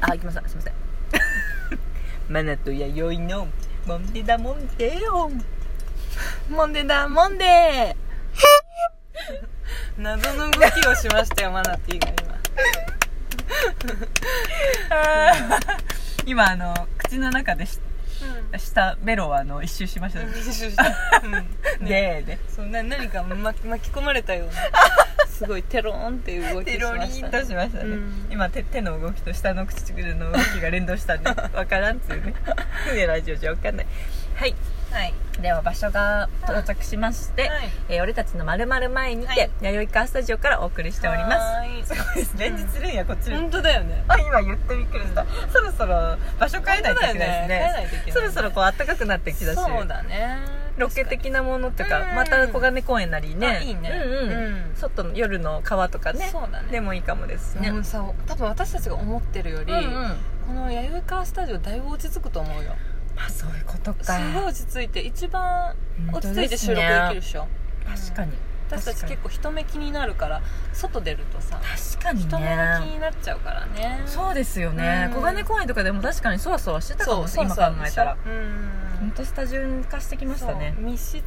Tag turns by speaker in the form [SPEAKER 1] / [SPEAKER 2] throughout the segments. [SPEAKER 1] あ行きましたすいません マナと弥生のモンデダモンデよモンデダモン デ
[SPEAKER 2] 謎の動きをしましたよマナティーが今今あの口の中でし下ベロはあの一周しましたね、
[SPEAKER 1] ーでーで
[SPEAKER 2] そうな何か巻き巻き込まれたようなすごいテローンっていう動き
[SPEAKER 1] テ
[SPEAKER 2] し
[SPEAKER 1] ロリ
[SPEAKER 2] まし
[SPEAKER 1] ー
[SPEAKER 2] た
[SPEAKER 1] ンと
[SPEAKER 2] ね
[SPEAKER 1] しましたね、
[SPEAKER 2] うん
[SPEAKER 1] 今手手の動きと下の唇の動きが連動したん でわからんっつうね船ラジオじゃわかんないはい
[SPEAKER 2] はい
[SPEAKER 1] では場所が到着しまして、
[SPEAKER 2] はい
[SPEAKER 1] えー俺たちのまるまる前にて、
[SPEAKER 2] はい
[SPEAKER 1] 弥生川スタジオからお送りしております
[SPEAKER 2] す
[SPEAKER 1] そうです連日連夜こっちに、
[SPEAKER 2] 本当だよね
[SPEAKER 1] あ今言ってびっくりしたそろそろ場所変えないといけないですね
[SPEAKER 2] 変えないといけないね
[SPEAKER 1] そろそろこう暖かくなってきたし
[SPEAKER 2] そうだね
[SPEAKER 1] ロケ的なものっていうか
[SPEAKER 2] うん
[SPEAKER 1] また小金公園なりね
[SPEAKER 2] あいいね
[SPEAKER 1] うんうん
[SPEAKER 2] うん
[SPEAKER 1] 外の夜の川とかね
[SPEAKER 2] そうだね
[SPEAKER 1] でもいいかもですね、
[SPEAKER 2] もうさ多分私たちが思ってるより、
[SPEAKER 1] うんうんま
[SPEAKER 2] この弥生川スタジオだいぶ落ち着くと思うよ
[SPEAKER 1] あそういうこと
[SPEAKER 2] す
[SPEAKER 1] か
[SPEAKER 2] ごい落ち着いて一番
[SPEAKER 1] 本当
[SPEAKER 2] 落ち着いて
[SPEAKER 1] です
[SPEAKER 2] 収
[SPEAKER 1] ね
[SPEAKER 2] 録できるでしょ、
[SPEAKER 1] 確かに
[SPEAKER 2] 私たち結構人目気になるから外出るとさ
[SPEAKER 1] 確かに
[SPEAKER 2] 人目が気
[SPEAKER 1] ね
[SPEAKER 2] になっちゃうからね
[SPEAKER 1] そうですよね、
[SPEAKER 2] うん
[SPEAKER 1] 小金公園とかでも確かにそわそわしてたか
[SPEAKER 2] そ
[SPEAKER 1] も
[SPEAKER 2] う
[SPEAKER 1] し
[SPEAKER 2] そ
[SPEAKER 1] れ
[SPEAKER 2] う
[SPEAKER 1] ない
[SPEAKER 2] そう
[SPEAKER 1] 今考えたら
[SPEAKER 2] うん
[SPEAKER 1] 本当スタジオ化してきましたね
[SPEAKER 2] そう密室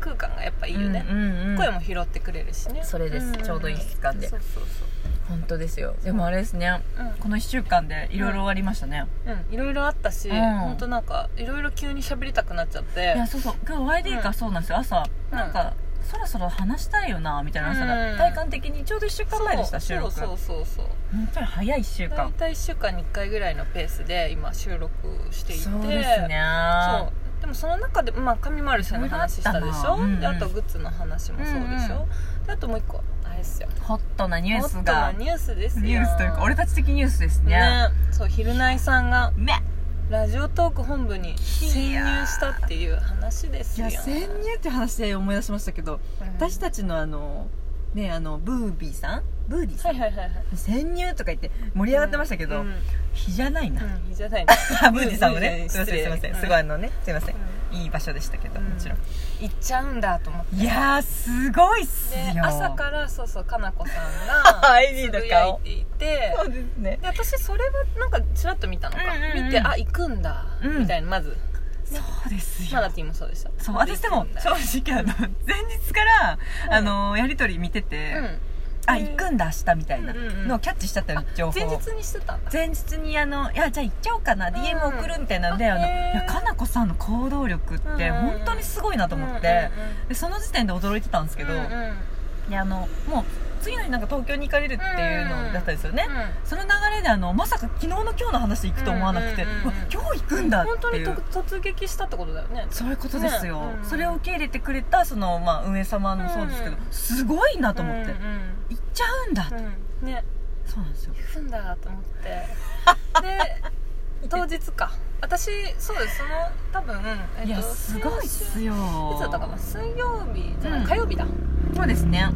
[SPEAKER 2] 空間がやっぱいいよね、
[SPEAKER 1] うんうんうん
[SPEAKER 2] 声も拾ってくれるしね
[SPEAKER 1] それですちょうどいい期間で
[SPEAKER 2] そうそう
[SPEAKER 1] 本当ですよでもあれですね
[SPEAKER 2] そう
[SPEAKER 1] この1週間でいろいろありましたね、
[SPEAKER 2] うん、うん、いろいろあったし、
[SPEAKER 1] うん
[SPEAKER 2] ほんとなんかいろいろ急に喋りたくなっちゃって
[SPEAKER 1] いやそうそう今日 YD
[SPEAKER 2] う
[SPEAKER 1] が
[SPEAKER 2] ん
[SPEAKER 1] そうなんですよ、朝
[SPEAKER 2] うん
[SPEAKER 1] なんか、そろそろ話したいよなみたいな朝が、
[SPEAKER 2] うん
[SPEAKER 1] 体感的にちょうど1週間前でした
[SPEAKER 2] そ
[SPEAKER 1] 収
[SPEAKER 2] う
[SPEAKER 1] 録
[SPEAKER 2] そうそうそうそう
[SPEAKER 1] 本当に早い1週
[SPEAKER 2] 大
[SPEAKER 1] 間
[SPEAKER 2] 体1週間に1回ぐらいのペースで今収録していて
[SPEAKER 1] そうですね
[SPEAKER 2] そうでもその中で、まあ、神丸さんの話したでし
[SPEAKER 1] いろいろあ
[SPEAKER 2] ょ
[SPEAKER 1] ったなうんうん
[SPEAKER 2] であとグッズの話もそうでしょ、であともう一個あれですよ
[SPEAKER 1] ホットなニュース
[SPEAKER 2] もっとな
[SPEAKER 1] が
[SPEAKER 2] ニュースですよ
[SPEAKER 1] ニュースというか俺たち的ニュースですね
[SPEAKER 2] ねそう「昼ナイさんが
[SPEAKER 1] ね
[SPEAKER 2] ラジオトーク本部に潜入したっていう話です
[SPEAKER 1] い
[SPEAKER 2] よ
[SPEAKER 1] や潜入って話で思い出しましたけど
[SPEAKER 2] うん
[SPEAKER 1] 私たちのあのねあのブービーさんブーディさん、
[SPEAKER 2] はいはいはいはい
[SPEAKER 1] 潜入とか言って盛り上がってましたけど、
[SPEAKER 2] うん
[SPEAKER 1] 日じゃないな、
[SPEAKER 2] うんいいじゃな い
[SPEAKER 1] あブーディさんもね
[SPEAKER 2] ブ
[SPEAKER 1] すい
[SPEAKER 2] ー
[SPEAKER 1] ま
[SPEAKER 2] デ
[SPEAKER 1] せんす
[SPEAKER 2] ィ
[SPEAKER 1] い
[SPEAKER 2] さん
[SPEAKER 1] ません、
[SPEAKER 2] 失礼
[SPEAKER 1] すごいあのねすいません、
[SPEAKER 2] う
[SPEAKER 1] いい場所でしたけど
[SPEAKER 2] うん
[SPEAKER 1] もちろん、
[SPEAKER 2] 行っちゃうんだと思って
[SPEAKER 1] いやーすごいっすよ
[SPEAKER 2] で朝からそうそうかなこさん が
[SPEAKER 1] アイリ
[SPEAKER 2] つ
[SPEAKER 1] ーの
[SPEAKER 2] ぶやい
[SPEAKER 1] 顔
[SPEAKER 2] ていて
[SPEAKER 1] うですね
[SPEAKER 2] で私それはなんかちらっと見たのか、
[SPEAKER 1] うんうんうん
[SPEAKER 2] 見てあ行くんだ、
[SPEAKER 1] うん
[SPEAKER 2] みたいなまず
[SPEAKER 1] そうです
[SPEAKER 2] マ
[SPEAKER 1] よ
[SPEAKER 2] ナティもそうでした
[SPEAKER 1] そう私でも
[SPEAKER 2] そう
[SPEAKER 1] 正直あの前日から、
[SPEAKER 2] うん
[SPEAKER 1] あのやり取り見てて、あ
[SPEAKER 2] うん
[SPEAKER 1] 行くんだ明日みたいな
[SPEAKER 2] うんうんうん
[SPEAKER 1] のをキャッチしちゃったよ情報
[SPEAKER 2] 前日にしてたんだ
[SPEAKER 1] 前日にあのいやじゃあ行っちゃおうかな、DM 送るみたいなんで
[SPEAKER 2] あ
[SPEAKER 1] あのい
[SPEAKER 2] へー
[SPEAKER 1] やかなこさんの行動力って
[SPEAKER 2] うん
[SPEAKER 1] 本当にすごいなと思って、でその時点で驚いてたんですけど、
[SPEAKER 2] うんうんうんうん
[SPEAKER 1] であのもう次の日なんか東京に行かれるっていうのだったんですよね、その流れであのまさか昨日の今日の話で行くと思わなくて、
[SPEAKER 2] う
[SPEAKER 1] うん
[SPEAKER 2] うんうんうん
[SPEAKER 1] わ今日行くんだ
[SPEAKER 2] 本
[SPEAKER 1] っ
[SPEAKER 2] 当
[SPEAKER 1] て
[SPEAKER 2] に
[SPEAKER 1] いう
[SPEAKER 2] と突撃したってことだよね
[SPEAKER 1] そういうことですよ、
[SPEAKER 2] ねうん
[SPEAKER 1] それを受け入れてくれたその、まあ、運営様もそうですけど、
[SPEAKER 2] う
[SPEAKER 1] すごいなと思って、
[SPEAKER 2] うん
[SPEAKER 1] 行っちゃうんだ、
[SPEAKER 2] うんうんね
[SPEAKER 1] そうなんですよ
[SPEAKER 2] 行くんだと思って で当日か私そうですその多分、えっと
[SPEAKER 1] いやすごいっ
[SPEAKER 2] 先週
[SPEAKER 1] すよ
[SPEAKER 2] いつだったかな水曜日じゃない、
[SPEAKER 1] うん
[SPEAKER 2] 火曜日だ
[SPEAKER 1] そうですね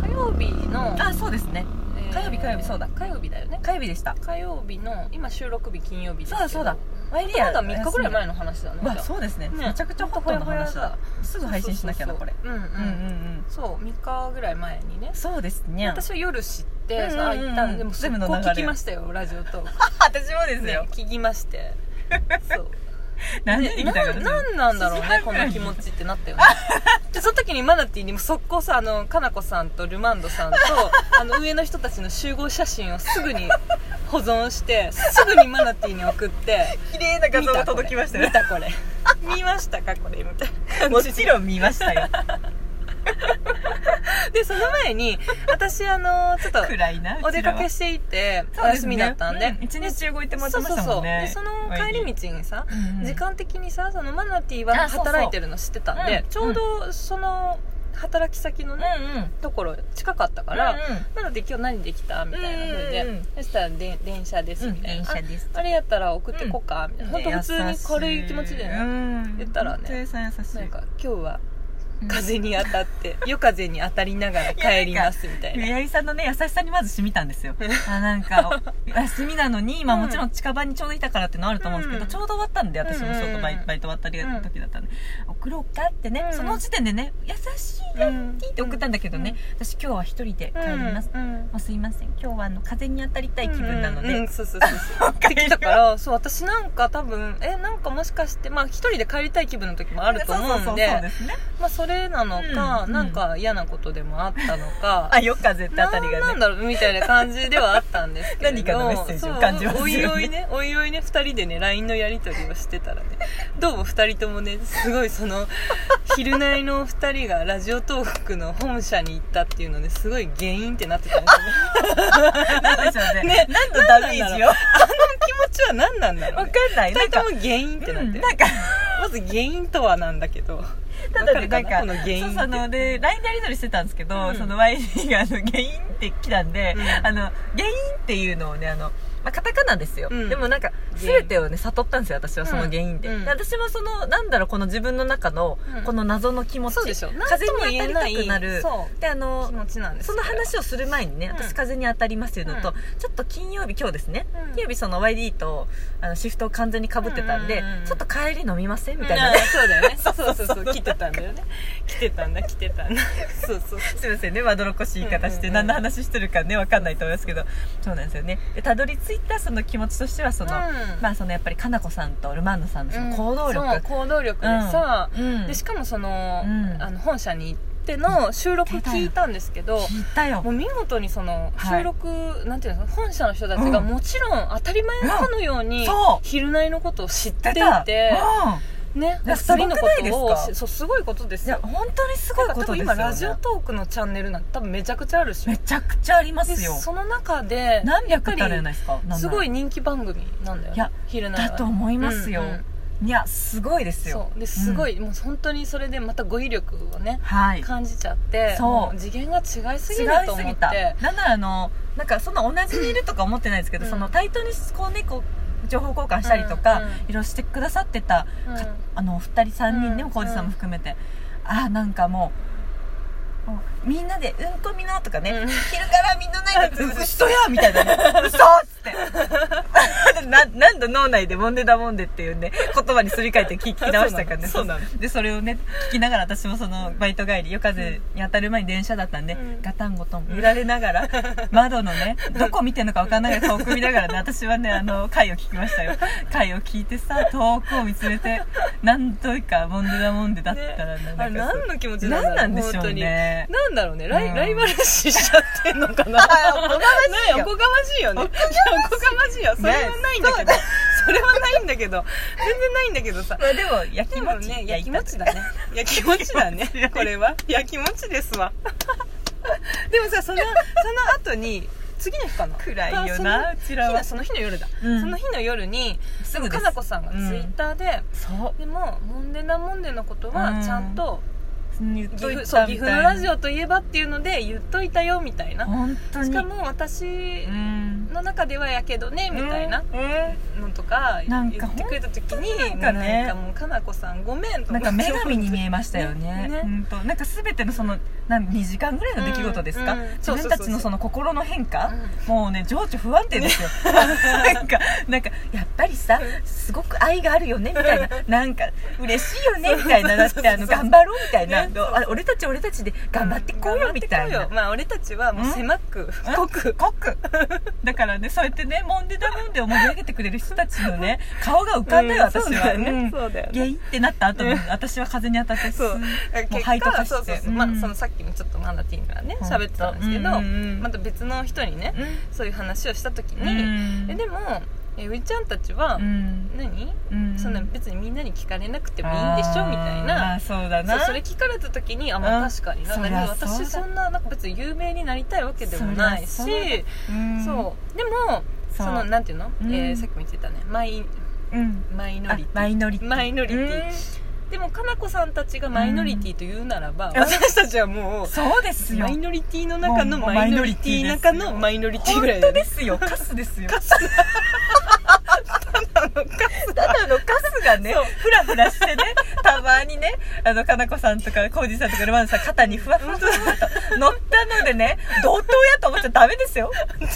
[SPEAKER 2] 火曜日の、
[SPEAKER 1] あそうですね
[SPEAKER 2] えー
[SPEAKER 1] 火曜日火曜日そうだ
[SPEAKER 2] 火曜日だよね
[SPEAKER 1] 火曜日でした
[SPEAKER 2] 火曜日の今収録日金曜日ですけど
[SPEAKER 1] そうだワイリ
[SPEAKER 2] まだ3日ぐらい前
[SPEAKER 1] の
[SPEAKER 2] の話だね
[SPEAKER 1] わ
[SPEAKER 2] じゃあ
[SPEAKER 1] そうですね
[SPEAKER 2] ね
[SPEAKER 1] めちゃくちゃホットな話
[SPEAKER 2] ほやほや
[SPEAKER 1] だすぐ配信しなきゃな
[SPEAKER 2] そう
[SPEAKER 1] こ
[SPEAKER 2] そう
[SPEAKER 1] れ
[SPEAKER 2] そううんうん、
[SPEAKER 1] うんうんうん
[SPEAKER 2] そう3日ぐらい前にね
[SPEAKER 1] そうですね
[SPEAKER 2] 私は夜知って、
[SPEAKER 1] うんうんうん
[SPEAKER 2] そうあ行ったんでもすっごい
[SPEAKER 1] 全部の流れ
[SPEAKER 2] 聞きましたよラジオと、
[SPEAKER 1] 私もで
[SPEAKER 2] ね、 聞きましてそう
[SPEAKER 1] 何
[SPEAKER 2] ね
[SPEAKER 1] で
[SPEAKER 2] な
[SPEAKER 1] みたいな感
[SPEAKER 2] ん
[SPEAKER 1] じ
[SPEAKER 2] なんなんだろうねこの気持ちってなったよ ねでその時にマナティーにも速攻さあのかなこさんとルマンド さんとあの上の人たちの集合写真をすぐに保 存してすぐにマナティーに送って
[SPEAKER 1] 綺麗な画像が届きました
[SPEAKER 2] 見
[SPEAKER 1] ね
[SPEAKER 2] たこ れ見たこれ見ましたかこれみたいな
[SPEAKER 1] もちろん見ましたよ
[SPEAKER 2] でその前に私あのちょっと
[SPEAKER 1] 暗いな
[SPEAKER 2] お出かけ
[SPEAKER 1] し
[SPEAKER 2] していてお
[SPEAKER 1] そうです
[SPEAKER 2] 休
[SPEAKER 1] ね
[SPEAKER 2] みだったんで
[SPEAKER 1] うん一日中動いてもらって
[SPEAKER 2] そう
[SPEAKER 1] まし
[SPEAKER 2] そう
[SPEAKER 1] た
[SPEAKER 2] そ
[SPEAKER 1] も
[SPEAKER 2] うんで
[SPEAKER 1] ね
[SPEAKER 2] その帰り道にさ
[SPEAKER 1] うんうん
[SPEAKER 2] 時間的にさそのマナティー
[SPEAKER 1] あ
[SPEAKER 2] は
[SPEAKER 1] そうそう
[SPEAKER 2] 働いてるの知ってたんで
[SPEAKER 1] うん
[SPEAKER 2] ちょうどその働き先の
[SPEAKER 1] うん
[SPEAKER 2] ね、
[SPEAKER 1] うん
[SPEAKER 2] ところ近かったから、なので今日何できたみたいな風で、
[SPEAKER 1] うんうん
[SPEAKER 2] そしたらで電車ですみたいな、あ
[SPEAKER 1] です
[SPEAKER 2] あれやったら送ってこっかみたいな、ほんと普通に軽い気持ちでね、
[SPEAKER 1] ね
[SPEAKER 2] 言ったらね
[SPEAKER 1] 優しい
[SPEAKER 2] なんか今日は風に当たって夜風に当たりながら帰りますみたいな
[SPEAKER 1] やりさんのね優しさにまず染みたんですよあなん かお休みなのに、まあ、
[SPEAKER 2] うん
[SPEAKER 1] もちろん近場にちょうどいたからってのはあると思うんですけど、
[SPEAKER 2] うん
[SPEAKER 1] ちょうど終わったんで私も仕
[SPEAKER 2] うんうんう
[SPEAKER 1] 事
[SPEAKER 2] ん
[SPEAKER 1] バイバイト終わったりの時だったんで、送ろうかってね、
[SPEAKER 2] うん
[SPEAKER 1] その時点でね優しいねって言って送ったんだけどね、私今日は一人で帰ります、
[SPEAKER 2] うんうん
[SPEAKER 1] まあ、すいません今日はあの風に当たりたい気分なので、
[SPEAKER 2] うんうんうんそうそうそうそう ってきたからそう私なんか多分えなんかもしかしてまあ一人で帰りたい気分の時もあると思うん
[SPEAKER 1] そうそうそうそう
[SPEAKER 2] で
[SPEAKER 1] ですね
[SPEAKER 2] まあそれなのか、
[SPEAKER 1] うん
[SPEAKER 2] なんか嫌なことでもあったのか、
[SPEAKER 1] あよっか絶対
[SPEAKER 2] な
[SPEAKER 1] 当たり
[SPEAKER 2] な
[SPEAKER 1] が
[SPEAKER 2] ん
[SPEAKER 1] ね
[SPEAKER 2] だろうみたいな感じではあったんですけれ ど
[SPEAKER 1] 何かのメッセージを感じますよね
[SPEAKER 2] そうおいおいねおいおいね2人でね LINE のやり取りをしてたらねどうも2人ともねすごいその「昼ナイの2人がラジオトークの本社に行ったっていうのですごい原因ってなってたんです よね
[SPEAKER 1] なんでしょうね
[SPEAKER 2] ね
[SPEAKER 1] 何のダメージをわ
[SPEAKER 2] 気持ちは何なんだろ
[SPEAKER 1] か
[SPEAKER 2] う、ね、
[SPEAKER 1] んないな
[SPEAKER 2] 2
[SPEAKER 1] んか
[SPEAKER 2] 人とも原因ってなってる、
[SPEAKER 1] うんなんか
[SPEAKER 2] まず原因とはなんだけど
[SPEAKER 1] ただね、な
[SPEAKER 2] わ
[SPEAKER 1] ん
[SPEAKER 2] かるかな
[SPEAKER 1] か、
[SPEAKER 2] この原因
[SPEAKER 1] そうそうあの、で、LINE でやり取りしてたんですけど、
[SPEAKER 2] うん
[SPEAKER 1] その YD が、あの、原因って来たんで、
[SPEAKER 2] うん
[SPEAKER 1] あの、原因っていうのをね、あの、まあ、カタカナですよ。
[SPEAKER 2] うん
[SPEAKER 1] でもなんか、す
[SPEAKER 2] 原因
[SPEAKER 1] べてをね、悟ったんですよ、私は、その原因で。
[SPEAKER 2] うんうん
[SPEAKER 1] で私もその、なんだろう、この自分の中の
[SPEAKER 2] うん、
[SPEAKER 1] この謎の気持ち。
[SPEAKER 2] そうでしょ何
[SPEAKER 1] 風
[SPEAKER 2] とも
[SPEAKER 1] に
[SPEAKER 2] 言え
[SPEAKER 1] 当た
[SPEAKER 2] ない
[SPEAKER 1] りたくなる。
[SPEAKER 2] そう
[SPEAKER 1] で、あ
[SPEAKER 2] 気
[SPEAKER 1] の、
[SPEAKER 2] 持ちなんです
[SPEAKER 1] その話をする前にね、
[SPEAKER 2] うん
[SPEAKER 1] 私風に当たりますよのと、
[SPEAKER 2] うん
[SPEAKER 1] ちょっと金曜日、今日ですね。
[SPEAKER 2] うん
[SPEAKER 1] 金曜日その YD とあのシフトを完全に被ってたんで、
[SPEAKER 2] うんうんうんうん
[SPEAKER 1] ちょっと帰り飲みませんみ
[SPEAKER 2] み
[SPEAKER 1] た
[SPEAKER 2] た
[SPEAKER 1] いな
[SPEAKER 2] いな、
[SPEAKER 1] ね、
[SPEAKER 2] そうだよね そうそうそう来てたんだよね来てたんだ来てたんだ そうそう
[SPEAKER 1] すいませんねまどろっこしい言い方し
[SPEAKER 2] うんうん
[SPEAKER 1] て
[SPEAKER 2] うん
[SPEAKER 1] 何の話してるかねわかんないと思いますけどそうなんですよねでたどり着いたその気持ちとしてはその、
[SPEAKER 2] うん
[SPEAKER 1] まあそのやっぱりかなこさんとルマンドさんのそ
[SPEAKER 2] うん
[SPEAKER 1] の行動力、
[SPEAKER 2] そう行動力でさ、
[SPEAKER 1] うん
[SPEAKER 2] でしかもその,、
[SPEAKER 1] うん
[SPEAKER 2] あの本社に行っての収録聞いたんですけど、
[SPEAKER 1] 聞いたよ
[SPEAKER 2] もう見事にその
[SPEAKER 1] はい
[SPEAKER 2] 収録、なんていうの本社の人たちが
[SPEAKER 1] うん
[SPEAKER 2] もちろん当たり前かのように、
[SPEAKER 1] そう
[SPEAKER 2] 昼内のことを知ってい
[SPEAKER 1] 出た
[SPEAKER 2] て、
[SPEAKER 1] ういやすごくないですか
[SPEAKER 2] ね、お二人のことをしそうすごいことで
[SPEAKER 1] ん
[SPEAKER 2] す
[SPEAKER 1] い
[SPEAKER 2] よ
[SPEAKER 1] や本当にすごい
[SPEAKER 2] なん
[SPEAKER 1] こ
[SPEAKER 2] か多
[SPEAKER 1] とで
[SPEAKER 2] 分
[SPEAKER 1] すよ、ね、
[SPEAKER 2] 今ラジオトークのチャンネルなんて多分めちゃくちゃあるでしょ
[SPEAKER 1] めちゃくちゃありま
[SPEAKER 2] です
[SPEAKER 1] よ
[SPEAKER 2] その中で
[SPEAKER 1] 何百ってあるじゃないですかなんなら
[SPEAKER 2] すごい人気番組なんだよね
[SPEAKER 1] いや
[SPEAKER 2] 昼内は
[SPEAKER 1] だと思いますよ、
[SPEAKER 2] うんうん
[SPEAKER 1] いやすごいですよ
[SPEAKER 2] そうですごい、もう本当にそれでまた語彙力をね
[SPEAKER 1] はい
[SPEAKER 2] 感じちゃって
[SPEAKER 1] そう
[SPEAKER 2] も次元が違いすぎると思っ
[SPEAKER 1] 違
[SPEAKER 2] て
[SPEAKER 1] なんならあのなんかそんな同じにいるとか思ってないですけど、
[SPEAKER 2] うん
[SPEAKER 1] その対等にこうねこう情報交換したりとか、
[SPEAKER 2] うんう
[SPEAKER 1] い
[SPEAKER 2] ん
[SPEAKER 1] ろいろしてくださってた、
[SPEAKER 2] うん
[SPEAKER 1] かあのお二人三人で
[SPEAKER 2] う
[SPEAKER 1] も
[SPEAKER 2] ん
[SPEAKER 1] 浩二さんも含めて、ああなんかもうもうみんなでうんこみなとかね、
[SPEAKER 2] う
[SPEAKER 1] 昼
[SPEAKER 2] ん
[SPEAKER 1] からみんなないと嘘やみたいなね嘘っつって な何度脳内でもんでだもんでっていうね言葉にすり替えて聞き直したからね
[SPEAKER 2] そうなのそうな
[SPEAKER 1] でそれをね聞きながら私もそのバイト帰り夜風に当たる前に電車だったんで、
[SPEAKER 2] うん
[SPEAKER 1] ガタンゴトン揺られな がら窓のねどこ見てんのか分からない顔を組みながらね私はねあの回を聞きましたよ回を聞いてさ遠くを見つめて何というかもんでだもんでだったらね
[SPEAKER 2] ねあ
[SPEAKER 1] な
[SPEAKER 2] れ
[SPEAKER 1] んか
[SPEAKER 2] 何の気持ち
[SPEAKER 1] そう
[SPEAKER 2] なんだろ
[SPEAKER 1] 何なんでしょうね
[SPEAKER 2] 本当になんだろうねライ,、
[SPEAKER 1] うん
[SPEAKER 2] ライバル視しちゃってんのかな
[SPEAKER 1] あおこがましいよ
[SPEAKER 2] ねおこがましいよねいやおこがましいよそれはないんだけど、
[SPEAKER 1] ね
[SPEAKER 2] それはないんだけど全然ないんだけどさ
[SPEAKER 1] まあでも焼
[SPEAKER 2] で
[SPEAKER 1] き
[SPEAKER 2] も
[SPEAKER 1] もち
[SPEAKER 2] ね
[SPEAKER 1] 焼
[SPEAKER 2] やき
[SPEAKER 1] い
[SPEAKER 2] も
[SPEAKER 1] た
[SPEAKER 2] ちだねやきもちだねこれはやきもちで すわでもさそのその後に次の日かな
[SPEAKER 1] 暗いよな
[SPEAKER 2] あ
[SPEAKER 1] うちらは
[SPEAKER 2] その日のその日の夜だ、
[SPEAKER 1] うん
[SPEAKER 2] その日の夜に
[SPEAKER 1] すぐで
[SPEAKER 2] か
[SPEAKER 1] す
[SPEAKER 2] なこさんがツイッターで、
[SPEAKER 1] そう
[SPEAKER 2] でも「モンデナモンデ」のこと
[SPEAKER 1] う
[SPEAKER 2] は
[SPEAKER 1] ん
[SPEAKER 2] ちゃんと
[SPEAKER 1] 言っ
[SPEAKER 2] 岐
[SPEAKER 1] といた
[SPEAKER 2] 阜
[SPEAKER 1] み
[SPEAKER 2] そ
[SPEAKER 1] た
[SPEAKER 2] う
[SPEAKER 1] い
[SPEAKER 2] 岐阜のラジオといえばっていうので言っといたよみたいな
[SPEAKER 1] 本当に
[SPEAKER 2] しかも私
[SPEAKER 1] うん
[SPEAKER 2] の中ではやけどねみたいな
[SPEAKER 1] うん
[SPEAKER 2] のとか
[SPEAKER 1] なん
[SPEAKER 2] 言
[SPEAKER 1] か
[SPEAKER 2] ってくれた時に
[SPEAKER 1] 本当なんかね
[SPEAKER 2] なんかもうかなこさんごめんと
[SPEAKER 1] なんか女神に見えましたよね
[SPEAKER 2] ねね
[SPEAKER 1] うんとなんか全てのそのなん2時間ぐらいの出来事ですか、
[SPEAKER 2] うんうん
[SPEAKER 1] 自分
[SPEAKER 2] そうそう
[SPEAKER 1] た
[SPEAKER 2] そ
[SPEAKER 1] ち
[SPEAKER 2] うそう
[SPEAKER 1] のその心の変化、もうね情緒不安定ですよ、なんかなんかやっぱりさすごく愛があるよねみたいななんか嬉しいよねみたいなだってあの
[SPEAKER 2] そうそうそ
[SPEAKER 1] 頑
[SPEAKER 2] う
[SPEAKER 1] 張ろうみたいな、
[SPEAKER 2] ね
[SPEAKER 1] あ俺たち俺たちで頑張ってこうよみたい
[SPEAKER 2] 頑張って
[SPEAKER 1] な
[SPEAKER 2] こうよまあ俺たちはもう狭く
[SPEAKER 1] 濃く
[SPEAKER 2] 深く
[SPEAKER 1] 濃くだからねそうやってねもんでだもんでを盛り上げてくれる人たちのね顔が浮かんだよ、私は、うん
[SPEAKER 2] そうだよね
[SPEAKER 1] ゲイってなった後に、私は風に当たって
[SPEAKER 2] そう
[SPEAKER 1] もう
[SPEAKER 2] 結
[SPEAKER 1] 灰と
[SPEAKER 2] 果
[SPEAKER 1] 化して
[SPEAKER 2] そうそうそ
[SPEAKER 1] う
[SPEAKER 2] う
[SPEAKER 1] ん
[SPEAKER 2] まあそのさっきもちょっとマナティーにはね
[SPEAKER 1] うん
[SPEAKER 2] 喋ってたんですけど
[SPEAKER 1] うんうんうん
[SPEAKER 2] また別の人にねそういう話をした時にえでもえういちゃんたちは
[SPEAKER 1] うん
[SPEAKER 2] 何
[SPEAKER 1] うん
[SPEAKER 2] そんな別にみんなに聞かれなくてもいいんでしょみたい
[SPEAKER 1] あ
[SPEAKER 2] な
[SPEAKER 1] ーそうだ
[SPEAKER 2] そ
[SPEAKER 1] な
[SPEAKER 2] うそれ聞かれた時にあ
[SPEAKER 1] う
[SPEAKER 2] ま
[SPEAKER 1] ん
[SPEAKER 2] あ確かにな
[SPEAKER 1] そりゃ
[SPEAKER 2] 何
[SPEAKER 1] そうだ
[SPEAKER 2] 私そんななんか別に有名になりたいわけでもないし
[SPEAKER 1] そりゃそううん
[SPEAKER 2] そうでもそ
[SPEAKER 1] そう
[SPEAKER 2] のなんていうの、
[SPEAKER 1] うん
[SPEAKER 2] えーさっきも言ってたねマイ
[SPEAKER 1] うん
[SPEAKER 2] マイノ
[SPEAKER 1] あ
[SPEAKER 2] リテ
[SPEAKER 1] マ
[SPEAKER 2] ィ
[SPEAKER 1] イノリティ
[SPEAKER 2] マイノリティでもかなこさんたちがマイノリティと言うならば、私たちはも
[SPEAKER 1] うん
[SPEAKER 2] う
[SPEAKER 1] そうですよ
[SPEAKER 2] マイノリティの中の
[SPEAKER 1] もう
[SPEAKER 2] マイノリティの中のマイノリティ
[SPEAKER 1] 本
[SPEAKER 2] ぐらい
[SPEAKER 1] 当
[SPEAKER 2] だ
[SPEAKER 1] で
[SPEAKER 2] ね
[SPEAKER 1] すよカスですよ
[SPEAKER 2] カスただのカス
[SPEAKER 1] ただのカスがね
[SPEAKER 2] そう
[SPEAKER 1] フラフラしてねたまにねあのかなこさんとかコージーさんとかルマンドさん肩にふわふわふわと乗ったのでね同等やと思っちゃダメですよ ダメ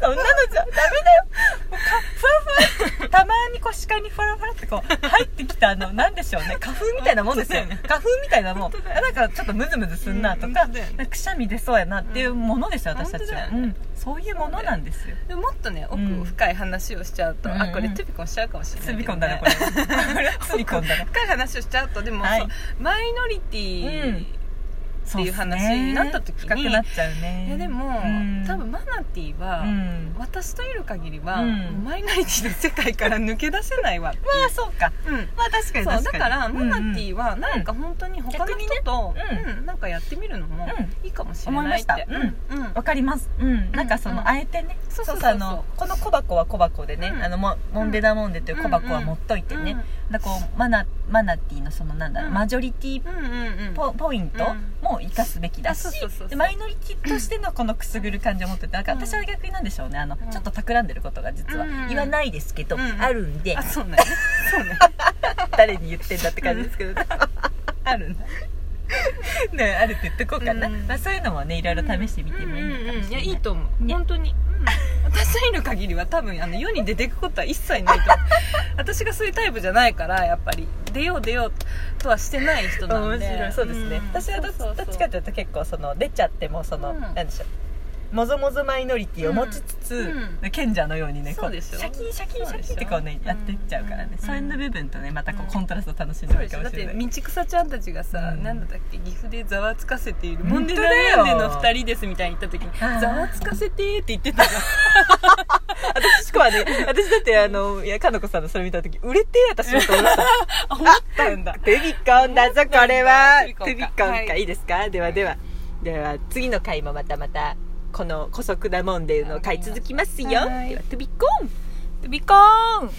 [SPEAKER 1] そんなのじゃダメだよもうかふわふわたまにこう鹿にふわふわってこう入ってきたあのなんでしょうね花粉みたいなもんですよ
[SPEAKER 2] 本当だよね
[SPEAKER 1] 花粉みたいなもん
[SPEAKER 2] 本当だ
[SPEAKER 1] あ
[SPEAKER 2] よ
[SPEAKER 1] なんかちょっとムズムズすんなと
[SPEAKER 2] うん
[SPEAKER 1] か,、
[SPEAKER 2] 本当だよね
[SPEAKER 1] くしゃみ出そうやなっていうものですよ、
[SPEAKER 2] うん
[SPEAKER 1] 私たちは、
[SPEAKER 2] 本当だよ
[SPEAKER 1] うんそういうものなんですよ
[SPEAKER 2] でももっとね奥
[SPEAKER 1] うん
[SPEAKER 2] 深い話をしちゃうと、
[SPEAKER 1] うん
[SPEAKER 2] あこれトゥビコンしちゃうかもしれない
[SPEAKER 1] すび
[SPEAKER 2] けど
[SPEAKER 1] 込ん
[SPEAKER 2] ね
[SPEAKER 1] だな これはこれはすび込んだな
[SPEAKER 2] 深い話をしちゃうとでも、
[SPEAKER 1] はい
[SPEAKER 2] そうマイノリティっていう話になった時に
[SPEAKER 1] そうっすね深くなっちゃうね
[SPEAKER 2] いやでも、多分マナティーは、
[SPEAKER 1] うん
[SPEAKER 2] 私といる限りは、
[SPEAKER 1] うん
[SPEAKER 2] マイノリティの世界から抜け出せないわ、
[SPEAKER 1] まあそうか
[SPEAKER 2] うん、
[SPEAKER 1] まあ確かに
[SPEAKER 2] そ
[SPEAKER 1] 確
[SPEAKER 2] うだ
[SPEAKER 1] かに
[SPEAKER 2] からマナティ
[SPEAKER 1] ー
[SPEAKER 2] ーはなんか本当に他の人と、
[SPEAKER 1] 逆にね
[SPEAKER 2] うんなんかやってみるのもいいかもしれ
[SPEAKER 1] 思い
[SPEAKER 2] な
[SPEAKER 1] ま
[SPEAKER 2] いっ
[SPEAKER 1] してたうん
[SPEAKER 2] うんうん
[SPEAKER 1] わかりますうんなんかそ
[SPEAKER 2] うん
[SPEAKER 1] のあえてね
[SPEAKER 2] そうそうそうそう
[SPEAKER 1] あのこの小箱は小箱でね
[SPEAKER 2] うん
[SPEAKER 1] あのもモンデダモンデっていう小箱は持っといてねだからこうマナマナティーのそのなんだろう
[SPEAKER 2] うん
[SPEAKER 1] マジョリティ
[SPEAKER 2] うんうんうん
[SPEAKER 1] ポポイントも生かすべきだし
[SPEAKER 2] うんあそうそうそうそう
[SPEAKER 1] でマイノリティとしてのこのくすぐる感じを持っててなんか
[SPEAKER 2] うん
[SPEAKER 1] 私は逆になんでしょうねあの
[SPEAKER 2] うん
[SPEAKER 1] ちょっと企んでることが実は
[SPEAKER 2] うん
[SPEAKER 1] 言わないですけど
[SPEAKER 2] うん
[SPEAKER 1] あるんで
[SPEAKER 2] あそうねそうね
[SPEAKER 1] 誰に言ってんだって感じですけどね あるんだねあるって言ってこうかな、
[SPEAKER 2] うん
[SPEAKER 1] まあ、そういうのもねいろいろ試してみてもいいのかもしれない,、
[SPEAKER 2] うんうんうんやいいと思う
[SPEAKER 1] ね
[SPEAKER 2] 本当に、うん私といる限りは多分あの世に出ていくことは一切ないと思う私がそういうタイプじゃないからやっぱり出よう出ようとはしてない人なん
[SPEAKER 1] 面
[SPEAKER 2] で
[SPEAKER 1] 白いそうですね、
[SPEAKER 2] ん
[SPEAKER 1] 私はどっち
[SPEAKER 2] そうそうそう
[SPEAKER 1] どっちかというと結構その出ちゃってもその、
[SPEAKER 2] うん
[SPEAKER 1] なんでしょうもぞもぞマイノリティを持ちつつ、
[SPEAKER 2] うん
[SPEAKER 1] 賢者のようにねこ
[SPEAKER 2] そうでしょ
[SPEAKER 1] シャキンシャキンシャキンってこうね
[SPEAKER 2] そ
[SPEAKER 1] や
[SPEAKER 2] うでしょ
[SPEAKER 1] ってっちゃうからね、
[SPEAKER 2] うん
[SPEAKER 1] そういうの部分とねまたこ
[SPEAKER 2] うん
[SPEAKER 1] うコントラスト楽しんで
[SPEAKER 2] そう
[SPEAKER 1] もい
[SPEAKER 2] で
[SPEAKER 1] い
[SPEAKER 2] し
[SPEAKER 1] か
[SPEAKER 2] ょ
[SPEAKER 1] も
[SPEAKER 2] だっ
[SPEAKER 1] しれな
[SPEAKER 2] て
[SPEAKER 1] い、
[SPEAKER 2] 道草ちゃんたちがさ、
[SPEAKER 1] うん
[SPEAKER 2] なんだっけ岐阜でざわつかせているモン
[SPEAKER 1] 本
[SPEAKER 2] デ
[SPEAKER 1] 当
[SPEAKER 2] ナ
[SPEAKER 1] だよ
[SPEAKER 2] ランデの2人ですみたいに言った時
[SPEAKER 1] あ
[SPEAKER 2] に
[SPEAKER 1] ー
[SPEAKER 2] ざわつかせてーって言ってたじゃん
[SPEAKER 1] 私しかもね私だってあのいやかのこさんのそれ見た時売れてえ私もと思いました
[SPEAKER 2] あ思ったんだ
[SPEAKER 1] 手ビコンだぞこれは手
[SPEAKER 2] 手ビコンか
[SPEAKER 1] ビコンか、
[SPEAKER 2] はい
[SPEAKER 1] い、いですかではではでは次の回もまたまたこの「古速なもんで」の回続きますよ
[SPEAKER 2] はい
[SPEAKER 1] では手ビコン
[SPEAKER 2] ビコーン